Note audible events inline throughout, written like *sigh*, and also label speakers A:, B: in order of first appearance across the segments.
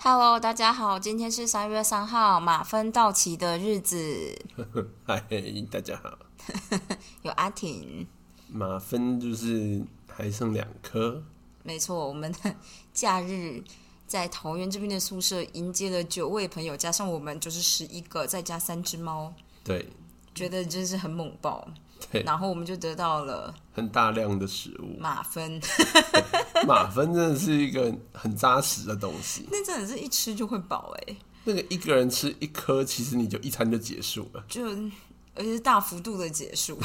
A: Hello，大家好，今天是三月三号，马芬到期的日子，
B: *laughs* 嗨，大家好。
A: 有阿婷，
B: 马芬就是还剩两颗，
A: 没错，我们的假日在桃园这边的宿舍迎接了九位朋友，加上我们就是十一个，再加三只猫，
B: 对
A: 觉得真是很猛爆。
B: 对，
A: 然后我们就得到了
B: 很大量的食
A: *laughs*
B: 物。
A: 马芬，
B: 马芬真的是一个很扎实的东西，
A: 那真的是一吃就会饱哎、
B: 那个一个人吃一颗，其实你就一餐就结束了。
A: 就而且是大幅度的结
B: *laughs*
A: 束，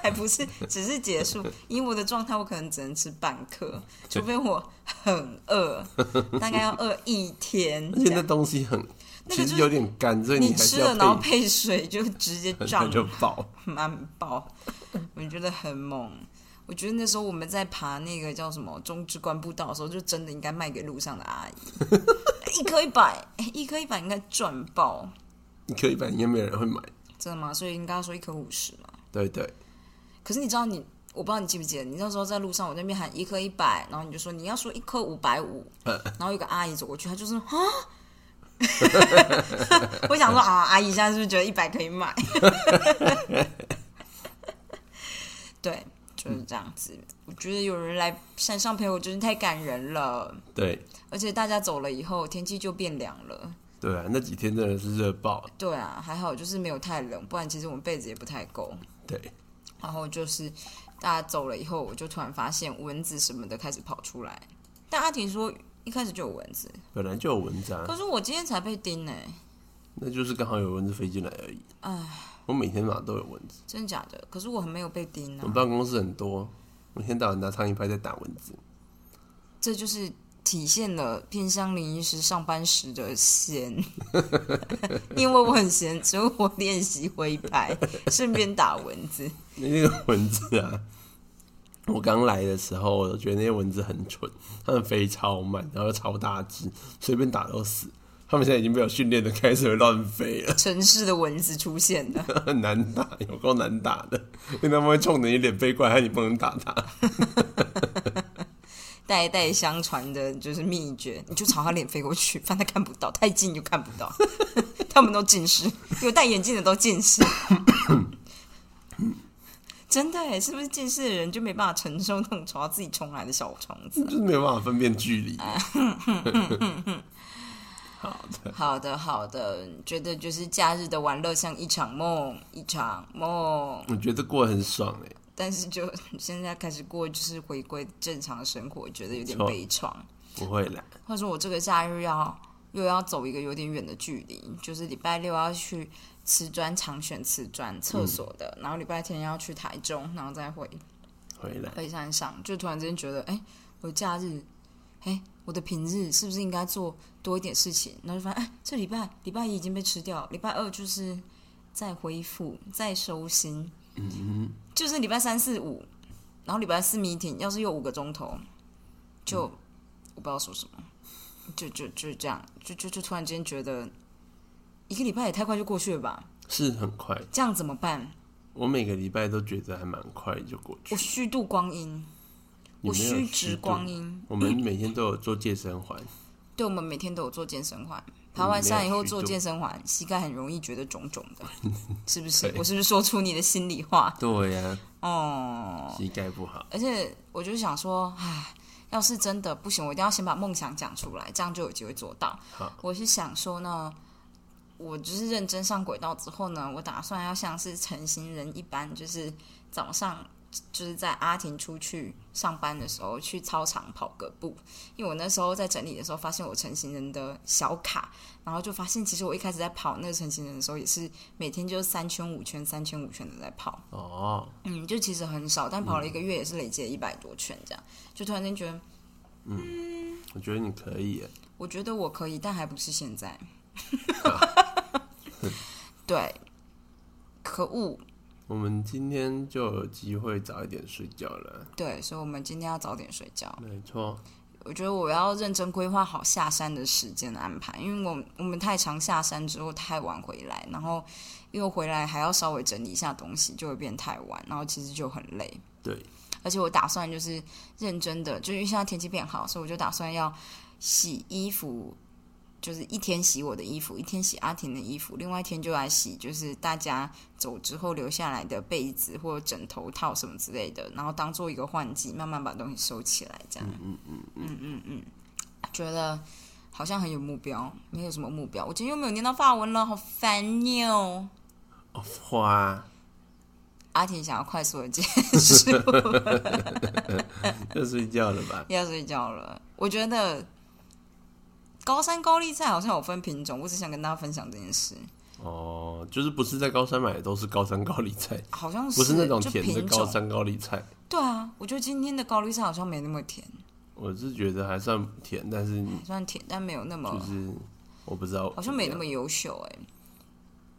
A: 还不是只是结束。以我的状态，我可能只能吃半颗，除非我很饿，大概要饿一天
B: 而
A: 这
B: 且那
A: 样。
B: 东西很，
A: 那个
B: 其
A: 就是
B: 实有点干，所以
A: 你
B: 还是
A: 吃
B: 要
A: 了，然后
B: 配，
A: 配水就直接
B: 它
A: 胀
B: 就爆。
A: 满饱，我觉得很猛。我觉得那时候我们在爬那个叫什么中之关步道的时候，就真的应该卖给路上的阿姨， *laughs* 一颗一百，哎一颗一百应该赚爆，
B: 一颗一百，应该没有人会买。
A: 真的吗？所以应该要说一颗五十嘛。
B: 对对，
A: 可是你知道你，我不知道你记不记得，你那时候在路上，我那边喊一颗一百，然后你就说你要说一颗五百五，然后有个阿姨走过去，她就是啊，我想说啊，阿姨现在是不是觉得一百可以买？ *laughs* 对，就是这样子。我觉得有人来山上陪我，真是太感人了。
B: 对
A: 而且大家走了以后，天气就变凉了。
B: 对啊，那几天真的是热爆。
A: 对啊，还好就是没有太冷，不然其实我们被子也不太够。
B: 对，
A: 然后就是大家走了以后，我就突然发现蚊子什么的开始跑出来。但阿婷说一开始就有蚊子，
B: 本来就有蚊子啊，
A: 可是我今天才被叮呢、
B: 那就是刚好有蚊子飞进来而已。我每天晚上都有蚊子，
A: 真的假的？可是我还没有被叮呢、
B: 我们办公室很多，我一天到晚拿苍蝇拍在打蚊子。
A: 这就是体现了偏乡林医师上班时的闲， *laughs* 因为我很闲，所以我练习挥拍，顺便打蚊子。
B: 那个蚊子啊，我刚来的时候，我觉得那些蚊子很蠢，它们飞超慢，然后又超大只，随便打都死。它们现在已经被我训练的开始会乱飞了，
A: 城市的蚊子出现了，
B: 很难打，有够难打的，因为它们会冲着你脸飞过来，害你不能打它。
A: 代代相传的就是秘诀，你就朝他脸飞过去，反正他看不到，太近就看不到。 *laughs* 他们都近视，有戴眼镜的都近视。真的耶，是不是近视的人就没办法承受那种朝自己冲来的小虫
B: *laughs*
A: 子？
B: *laughs* 就是没有办法分辨距离。好的，
A: 好的，好的，觉得就是假日的玩乐像一场梦，一场梦。
B: 我觉得过得很爽哎、
A: 但是就现在开始过，就是回归正常生活，觉得有点
B: 错
A: 悲怆。
B: 不会啦，
A: 话说我这个假日要又要走一个有点远的距离，就是礼拜六要去瓷砖长选瓷砖厕所的，然后礼拜天要去台中，然后再回
B: 回来。
A: 回山上，就突然之间觉得，哎、我假日，哎、我的平日是不是应该做多一点事情？然后就发现，哎、这礼拜礼拜一已经被吃掉，礼拜二就是再恢复、再收心，嗯，就是礼拜三四五，然后礼拜四 meeting，要是有五个钟头，就、
B: 嗯
A: 我不知道说什么，就就就这样，就就就突然之间觉得。一个礼拜也太快就过去了吧？
B: 是很快，
A: 这样怎么办？
B: 我每个礼拜都觉得还蛮快就过去
A: 我。虚度光阴，
B: 你
A: 我
B: 没有
A: 虚
B: 虚
A: 值
B: 度
A: 光阴，
B: 我们每天都有做健身环，
A: 对，我们每天都有做健身环，爬完山以后做健身环，膝盖很容易觉得肿肿的，是不是？
B: 对
A: 我是不是说出你的心里话？
B: *coughs* 对啊呀、
A: 哦，
B: 膝盖不好，
A: 而且我就想说，唉，要是真的不行，我一定要先把梦想讲出来，这样就有机会做到
B: 好。
A: 我是想说呢，我就是认真上轨道之后呢，我打算要像是成型人一般，就是早上就是在阿婷出去上班的时候去操场跑个步，因为我那时候在整理的时候发现我成型人的小卡，然后就发现其实我一开始在跑那个成型人的时候，也是每天就是三圈五圈三圈五圈的在跑。
B: 哦，
A: 嗯，就其实很少，但跑了一个月也是累积了一百多圈这样，就突然间觉得，
B: 我觉得你可以耶，
A: 我觉得我可以，但还不是现在。 *laughs* 对，可恶，
B: 我们今天就有机会早一点睡觉了。
A: 对，所以我们今天要早点睡觉。
B: 没错，
A: 我觉得我要认真规划好下山的时间的安排，因为我我们太常下山之后太晚回来，然后又回来还要稍微整理一下东西，就会变太晚，然后其实就很累。
B: 对，
A: 而且我打算就是认真的，就是因为现在天气变好，所以我就打算要洗衣服，就是一天洗我的衣服，一天洗阿婷的衣服，另外一天就来洗就是大家走之后留下来的被子或枕头套什么之类的，然后当做一个换季，慢慢把东西收起来，这样。嗯嗯嗯嗯嗯嗯，觉得好像很有目标，没有什么目标。我今天又没有念到法文了，好烦哟。
B: 哦哇，
A: 阿婷想要快速的结束，
B: 要睡觉了吧？
A: *laughs* 要睡觉了。我觉得高山高丽菜好像有分品种，我只想跟大家分享这件事。
B: 哦，就是不是在高山买的都是高山高丽菜，
A: 好像
B: 不是那种
A: 就
B: 甜的
A: 品
B: 高
A: 种。
B: 山高丽菜。
A: 对啊，我觉得今天的高丽菜好像没那么甜，
B: 我是觉得还算甜，但是
A: 虽然甜，但没有那么、
B: 就是我不知道，
A: 好像没那么优秀哎、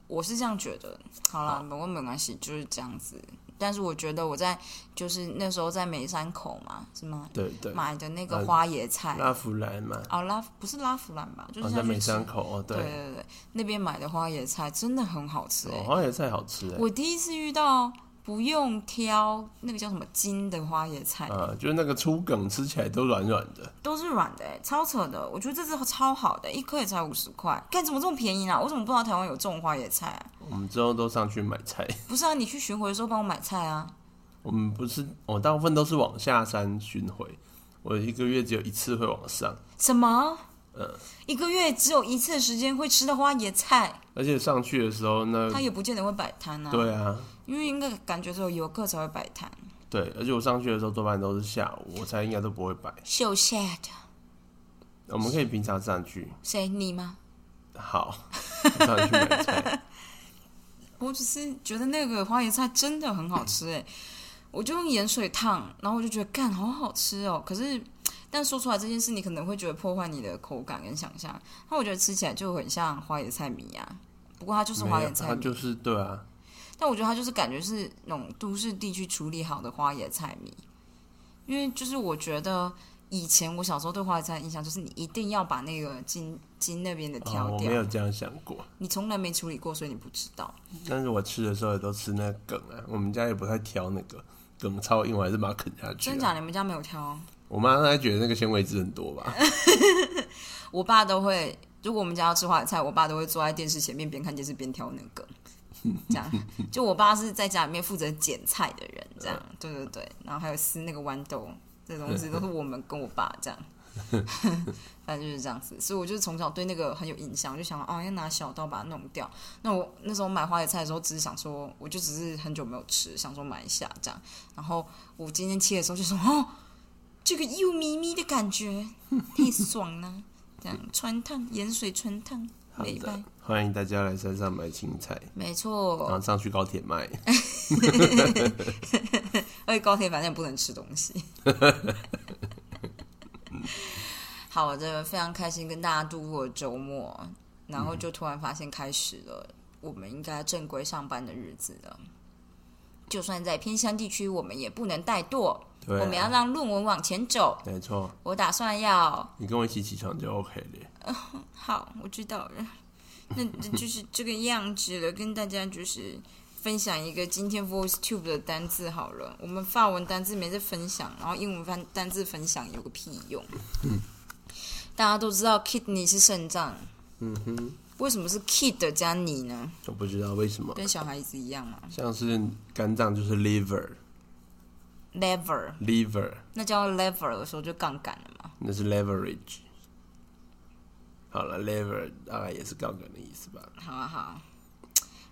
A: 我是这样觉得。好啦，不过没关系，就是这样子。但是我觉得我在就是那时候在梅山口嘛，是吗？
B: 对对。
A: 买的那个
B: 嗯
A: 花椰菜，
B: 拉弗兰嘛，
A: 哦拉不是拉弗兰吧，就
B: 哦，
A: 是
B: 在
A: 下去
B: 美
A: 吃
B: 山口哦，
A: 对
B: 对，
A: 对对，那边买的花椰菜真的很好吃、
B: 哦，
A: 欸。
B: 花椰菜好吃哎，
A: 我第一次遇到不用挑那个叫什么筋的花椰菜，
B: 啊，就是那个粗梗吃起来都软软的，
A: 都是软的、欸，超扯的。我觉得这次超好的、一颗也才五十块，干怎么这么便宜啊？我怎么不知道台湾有这种花椰菜啊？
B: 我们之后都上去买菜， *laughs*
A: 不是啊，你去巡回的时候帮我买菜啊。
B: 我们不是，我大部分都是往下山巡回，我一个月只有一次会往上，
A: 什么？
B: 嗯
A: 一个月只有一次的时间会吃到花椰菜，
B: 而且上去的时候那
A: 它也不见得会摆摊啊。，
B: 对啊，
A: 因为应该感觉只有游客才会摆摊，
B: 对，而且我上去的时候多半都是下午，我猜应该都不会摆。
A: 秀 sad。
B: 我们可以平常上去，
A: 谁你吗？
B: 好，上去买菜。
A: 我只是觉得那个花椰菜真的很好吃哎，我就用盐水烫，然后我就觉得干好好吃哦。可是，但说出来这件事，你可能会觉得破坏你的口感跟想象。那我觉得吃起来就很像花椰菜米啊， *laughs* 不过它就是花
B: 没有，
A: 椰菜
B: 它
A: 米，
B: 就是对啊，
A: 但我觉得它就是感觉是那种都市地区处理好的花椰菜米，因为就是我觉得。以前我小时候对花椰菜的印象就是你一定要把那个筋筋那边的挑
B: 哦，我
A: 掉，
B: 没有这样想过。
A: 你从来没处理过，所以你不知道。
B: 但是我吃的时候也都吃那个梗啊，我们家也不太挑那个梗超硬，我还是把它啃下去、
A: 真
B: 啊。
A: 假？你们家没有挑？哦
B: 我妈她觉得那个纤维质很多吧？ *laughs*
A: 我爸都会，如果我们家要吃花椰菜，我爸都会坐在电视前面边看电视边挑那个。这样，就我爸是在家里面负责捡菜的人，这样，对对对，然后还有撕那个豌豆，这东西都是我们跟我爸这样， *laughs* 反正就是这样子，所以我就是从小对那个很有印象，就想哦要拿小刀把它弄掉。那我那时候买花椰菜的时候，只是想说，我就只是很久没有吃，想说买一下这样，然后我今天切的时候就说哦，这个幼咪咪的感觉太爽了、这样穿烫盐水穿烫，
B: 好
A: 美白
B: 的，，欢迎大家来山上买青菜，
A: 没
B: 然
A: 错。
B: 后上去高铁卖。
A: 哎而且高铁反正也不能吃东西。
B: *laughs*
A: 好的，非常开心跟大家度过周末，然
B: 嗯
A: 后就突然发现开始了我们应该正规上班的日子了。就算在偏乡地区，我们也不能怠惰，
B: 对、
A: 我们要
B: 啊，
A: 让论文往前走。
B: 没错，
A: 我打算要
B: 你跟我一起起床就 OK 了。
A: 好，我知道了，那那就是这个样子了。跟大家就是分享一个今天 VoiceTube 的单字好了，我们法文单字没在分享，然后英文单单字分享有个屁用。大家都知道 kidney 是肾脏，
B: 嗯哼，
A: 为什么是 kid 加你呢？
B: 我不知道为什么，
A: 跟小孩子一样嘛。
B: 像是肝脏就是 liver，liver
A: lever 那叫 lever 的时候就杠杆了嘛。
B: 那是 leverage。好了，lever 大概也是杠杆的意思吧。
A: 好啊好啊，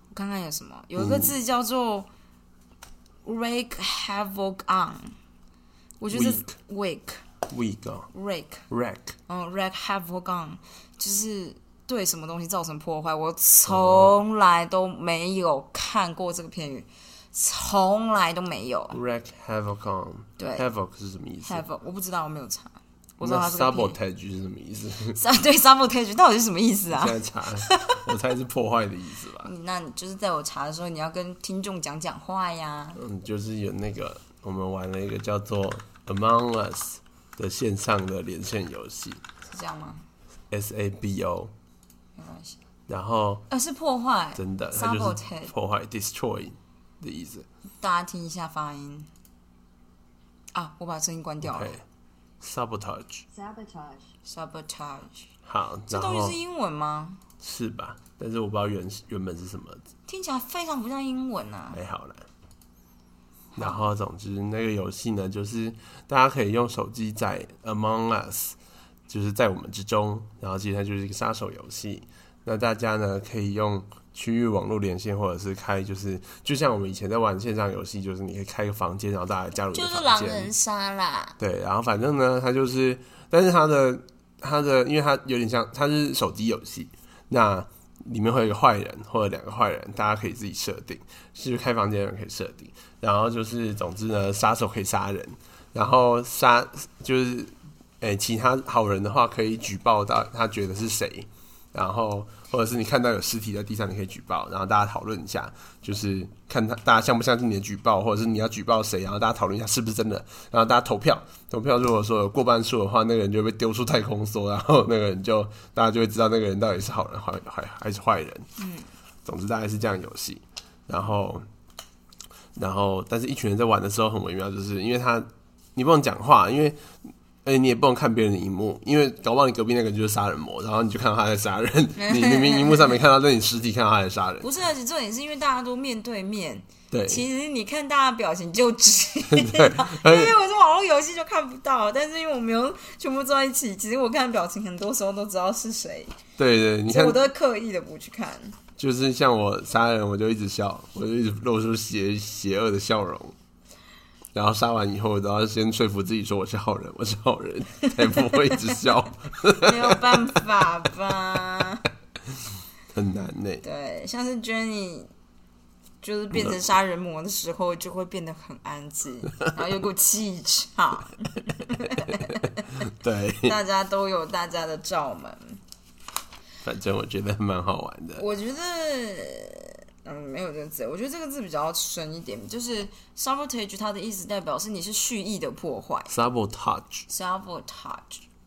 A: 我看看有什么，有一个字叫做 wreak havoc on，我觉得这是 wake
B: weak 哦
A: wreak，
B: ，wreck
A: 嗯，wreak havoc on 就是对什么东西造成破坏。我
B: 哦
A: 从来都没有看过这个片语，从来都没有。
B: wreck havoc on
A: 对
B: havoc 是什么意思
A: havoc 我不知道，我没有查，我知道
B: 那
A: 它是个片语
B: sabotage 是什么意思？现
A: 啊 *laughs* 对 sabotage 到底是什么意思啊？
B: 在查，我猜是破坏的意思吧。
A: 你那你就是在我查的时候，你要跟听众讲讲话呀。
B: 嗯，就是有那个我们玩了一个叫做 Among Us 的线上的连线游戏
A: 是这样吗？
B: S A B O，
A: 没关系，
B: 然后
A: 呃，是破坏，
B: 真的它就是
A: Sabotage
B: 破坏 destroy 的意思。
A: 大家听一下发音啊，我把声音关掉了
B: OK， sabotage，
C: sabotage,
A: sabotage，
B: 好，
A: 这
B: 然
A: 东西
B: 后
A: 是英文吗？
B: 是吧？但是我不知道原原本是什么，
A: 听起来非常不像英文啊。
B: 还好啦。然后，总之那个游戏呢，就是大家可以用手机在 Among Us，就是在我们之中。然后，其实它就是一个杀手游戏。那大家呢，可以用区域网络连线，或者是开，就是就像我们以前在玩线上游戏，就是你可以开个房间，然后大家加入你
A: 就
B: 的
A: 是
B: 房
A: 狼
B: 间。
A: 人杀啦，
B: 对，然后反正呢，它就是，但是它的它的，因为它有点像，它是手机游戏，那里面会有一个坏人或者两个坏人，大家可以自己设定，是开房间的人可以设定，然后就是总之呢，杀手可以杀人，然后杀就是，诶、其他好人的话可以举报到他觉得是谁，然后或者是你看到有尸体在地上，你可以举报，然后大家讨论一下，就是看他大家相不相信你的举报，或者是你要举报谁，然后大家讨论一下是不是真的，然后大家投票，投票如果说有过半数的话，那个人就被丢出太空梭，然后那个人就大家就会知道那个人到底是好人坏坏还是坏人。嗯，总之大概是这样游戏，然后然后但是一群人在玩的时候很微妙，就是因为他你不能讲话，因为。哎、你也不能看别人的荧幕，因为搞不好你隔壁那个人就是杀人魔，然后你就看到他在杀人，
A: *laughs*
B: 你明明荧幕上没看到，但你实体看到他在杀人。
A: 不是，而且重点是因为大家都面对面，
B: 对，
A: 其实你看大家表情就知
B: *laughs* 对哎
A: 道，
B: 而
A: 因
B: 且
A: 为我是网络游戏就看不到，但是因为我们又全部坐在一起，其实我看表情很多时候都知道是谁，
B: 对对，你
A: 所以
B: 看
A: 我都会刻意的不去看。
B: 就是像我杀人，我就一直笑，我就一直露出邪邪恶的笑容。然后杀完以后，然后先说服自己说我是好人，我是好人，才不会一直笑， *laughs*
A: 没有办法吧？
B: 很难呢。
A: 对，像是 Jenny 就是变成杀人魔的时候，就会变得很安
B: *laughs*
A: 静，然后有股气场，
B: 对，
A: 大家都有大家的罩门。
B: 反正我觉得还蛮好玩的。
A: 我觉得，嗯，没有这个字，我觉得这个字比较深一点，就是 sabotage，它的意思代表是你是蓄意的破坏
B: Sabotage，sabotage，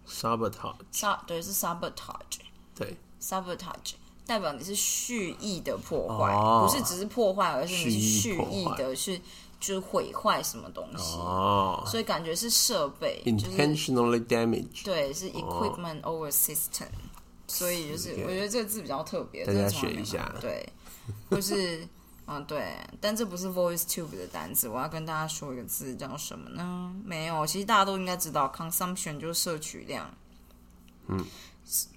A: ，sabotage，杀对是 sabotage。
B: 对
A: sabotage 代表你是蓄意的破坏，
B: 哦
A: 不是只是破坏，而是你是
B: 蓄意
A: 蓄
B: 破坏
A: 意的去就是毁坏什么东西，
B: 哦
A: 所以感觉是设备，就是
B: ，intentionally damage，
A: 对是 equipment over system，、所以就是
B: 哦是
A: 我觉得这个字比较特别，
B: 大家
A: 这个从来
B: 学一
A: 没看过
B: 下 *laughs*
A: 对，就是。嗯，对，但这不是 Voice Tube 的单词，我要跟大家说一个字叫什么呢？没有，其实大家都应该知道，consumption 就是摄取量，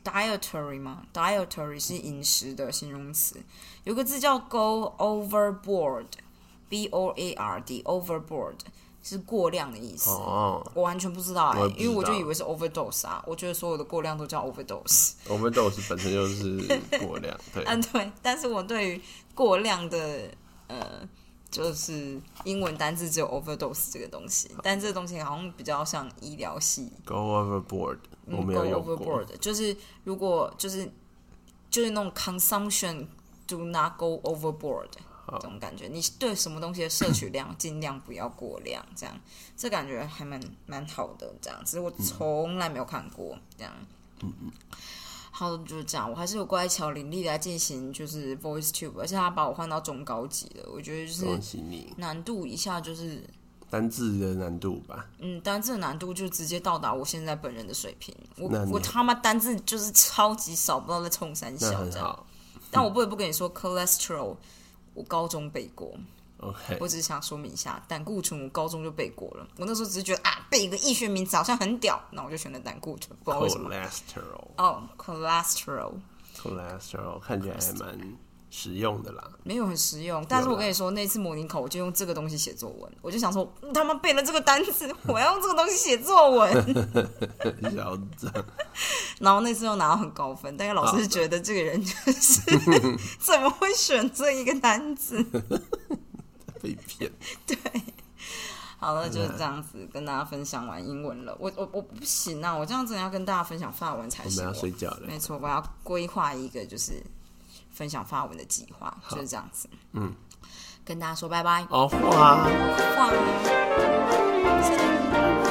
A: dietary 嘛，dietary 是饮食的形容词，有个字叫 go overboard，b o a r d，overboard 是过量的意思。
B: 哦，
A: 我完全不知道哎、
B: 我也不知道
A: 因为我就以为是 overdose 啊，我觉得所有的过量都叫 overdose。
B: 我们都是本身就是过量，对，
A: *laughs* 嗯，对，但是我对于过量的呃，就是英文单字只有 overdose 这个东西，但这个东西好像比较像医疗系
B: go overboard，我
A: 嗯
B: 没
A: go
B: 有用过
A: overboard，就是如果就是就是那种 consumption do not go overboard 这种感觉，你对什么东西的摄取量尽量不要过量，这样这感觉还蛮蛮好的，这样只是我
B: 嗯
A: 从来没有看过这样。好，就是这样。我还是有乖巧伶俐来进行就是 voice tube，而且他把我换到中高级的，我觉得就是
B: 恭喜你，
A: 难度一下就是
B: 单字的难度吧。
A: 嗯，单字的难度就直接到达我现在本人的水平。我
B: 那你
A: 我他妈单字就是超级少，不知道在冲三
B: 那
A: 小
B: 很
A: 这样。
B: 好
A: 但我不得不跟你说，cholesterol 我高中背过，
B: ，OK，
A: 我只是想说明一下，胆固醇我高中就背过了。我那时候只是觉得啊，背一个医学名词好像很屌，那我就选了胆固醇，不知道为什么。
B: cholesterol，cholesterol
A: 哦、c h o l e s t e r o l
B: 看起来还蛮实用的
A: *laughs*
B: 啦。
A: 没有很实用，但是我跟你说，那次模拟考我就用这个东西写作文，我就想说，嗯他妈背了这个单词，我要用这个东西写作文。
B: 小子，
A: 然后那次又拿到很高分，大概老
B: 啊
A: 师觉得这个人就是 *laughs* 怎么会选这一个单子？
B: 被骗，
A: 好了，就是这样子跟大家分享完英文了。我我我不行啊，我这样真的要跟大家分享法文才
B: 我们
A: 行
B: 要
A: 哦。
B: 睡觉了。
A: 没错，我要规划一个就是分享法文的计划，就是这样子。嗯，跟大家说拜拜。
B: 哦，哇。
A: 哇，谢谢。